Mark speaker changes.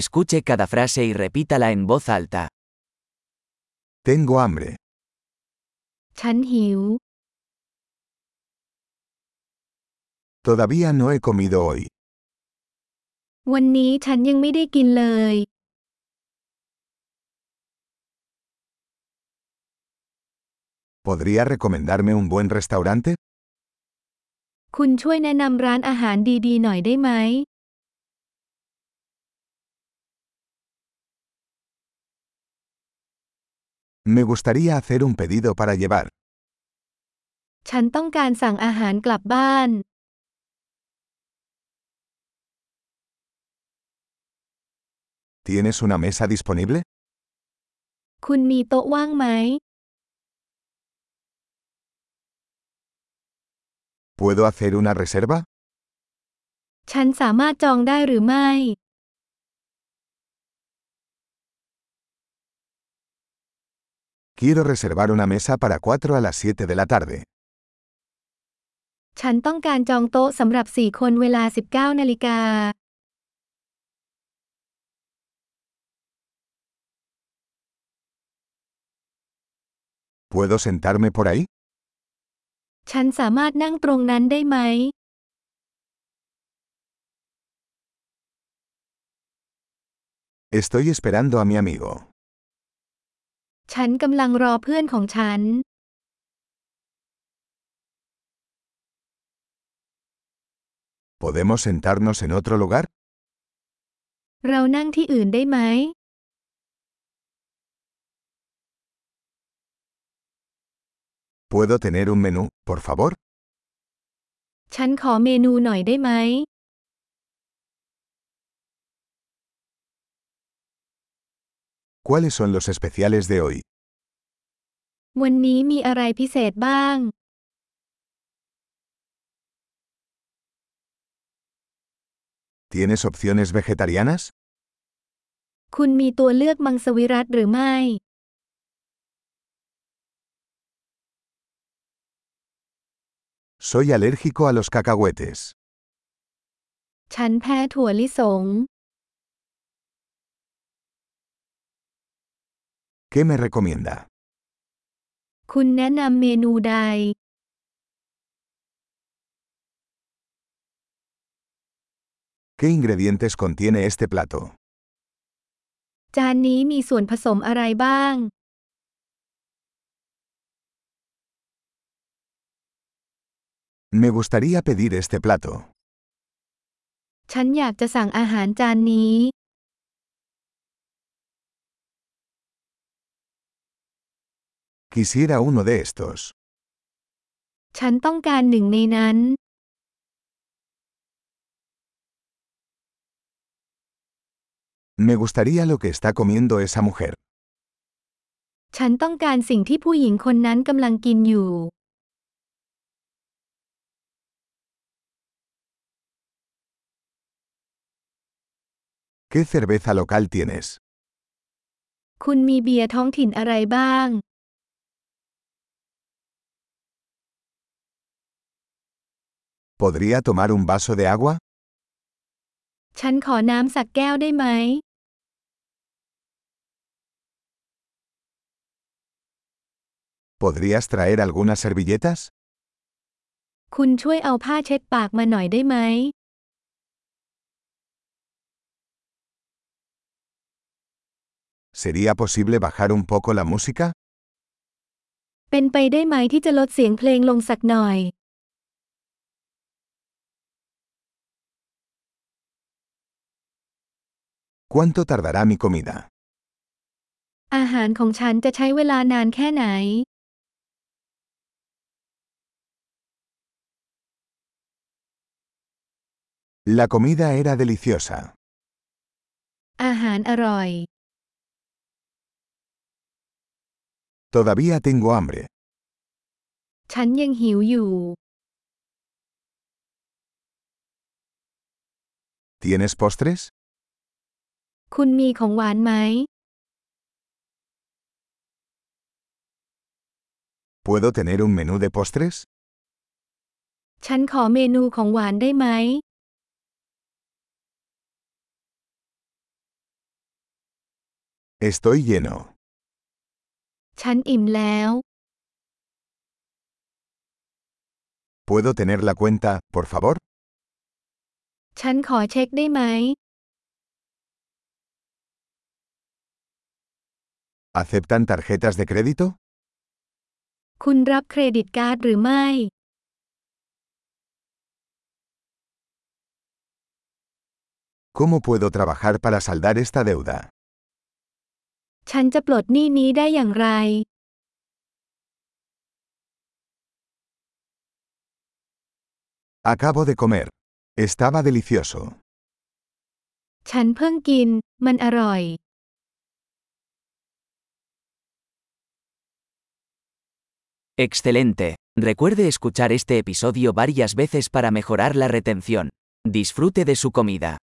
Speaker 1: Escuche cada frase y repítala en voz alta.
Speaker 2: Tengo hambre.
Speaker 3: ฉันหิว
Speaker 2: Todavía no he comido hoy.
Speaker 3: วันนี้ฉันยังไม่ได้กินเลย
Speaker 2: ¿Podría recomendarme un buen restaurante?
Speaker 3: คุณช่วยแนะนำร้านอาหารดีๆ หน่อยได้ไหม
Speaker 2: Me gustaría hacer un pedido para llevar.
Speaker 3: ฉันต้องการสั่งอาหารกลับบ้าน
Speaker 2: ¿Tienes una mesa disponible?
Speaker 3: คุณมีโต๊ะว่างไหม
Speaker 2: ¿Puedo hacer una reserva?
Speaker 3: ฉันสามารถจองได้หรือไม่
Speaker 2: Quiero reservar una mesa para 4 a las 7 de la tarde.
Speaker 3: ฉันต้องการจองโต๊ะสำหรับ 4 คนเวลา 19นาฬิกา
Speaker 2: ¿Puedo sentarme por ahí?
Speaker 3: ฉันสามารถนั่งตรงนั้นได้ไหม
Speaker 2: Estoy esperando a mi amigo.
Speaker 3: ฉันกำลังรอเพื่อนของฉัน
Speaker 2: ¿Podemos sentarnos en otro lugar?
Speaker 3: เรานั่งที่อื่นได้ไหม
Speaker 2: ¿Puedo tener un menú, por favor?
Speaker 3: ฉันขอเมนูหน่อยได้ไหม
Speaker 2: ¿Cuáles son los especiales de hoy?
Speaker 3: วันนี้มีอะไรพิเศษบ้าง
Speaker 2: ¿Tienes opciones vegetarianas?
Speaker 3: คุณมีตัวเลือกมังสวิรัตหรือไม่
Speaker 2: Soy alérgico a los cacahuetes.
Speaker 3: ฉันแพ้ถั่วลิสง
Speaker 2: ¿Qué me recomienda?
Speaker 3: คุณแนะนำเมนูใด
Speaker 2: ¿Qué ingredientes contiene este plato?
Speaker 3: จานนี้มีส่วนผสมอะไรบ้าง
Speaker 2: Me gustaría pedir este plato.
Speaker 3: ฉันอยากจะสั่งอาหารจานนี้
Speaker 2: Quisiera uno de estos.
Speaker 3: ฉันต้องการหนึ่งในนั้น
Speaker 2: Me gustaría lo que está comiendo esa mujer.
Speaker 3: ฉันต้องการสิ่งที่ผู้หญิงคนนั้นกำลังกินอยู่
Speaker 2: ¿Qué cerveza local tienes?
Speaker 3: คุณมีเบียร์ท้องถิ่นอะไรบ้าง
Speaker 2: ¿Podría tomar un vaso de agua?
Speaker 3: ฉันขอน้ำสักแก้วได้ไหม
Speaker 2: ¿Podrías traer algunas servilletas?
Speaker 3: คุณช่วยเอาผ้าเช็ดปากมาหน่อยได้ไหม
Speaker 2: ¿Sería posible bajar un poco la música?
Speaker 3: เป็นไปได้ไหมที่จะลดเสียงเพลงลงสักหน่อย
Speaker 2: ¿Cuánto tardará mi comida?
Speaker 3: อาหารของฉันจะใช้เวลานานแค่ไหน
Speaker 2: La comida era deliciosa.
Speaker 3: อาหารอร่อย
Speaker 2: Todavía tengo hambre.
Speaker 3: ฉันยังหิวอยู่
Speaker 2: ¿Tienes postres?
Speaker 3: คุณมีของหวานไหม
Speaker 2: ¿Puedo tener un menú de postres?
Speaker 3: ฉันขอเมนูของหวานได้ไหม
Speaker 2: Estoy lleno.
Speaker 3: ฉันอิ่มแล้ว
Speaker 2: ¿Puedo tener la cuenta, por favor?
Speaker 3: ฉันขอเช็คได้ไหม
Speaker 2: ¿Aceptan tarjetas de crédito?
Speaker 3: คุณรับเครดิตการ์ดหรือไม่
Speaker 2: ¿Cómo puedo trabajar para saldar esta deuda?
Speaker 3: ฉันจะปลดหนี้นี้ได้อย่างไร
Speaker 2: Acabo de comer. Estaba delicioso.
Speaker 3: ฉันเพิ่งกิน มันอร่อย
Speaker 1: Excelente. Recuerde escuchar este episodio varias veces para mejorar la retención. Disfrute de su comida.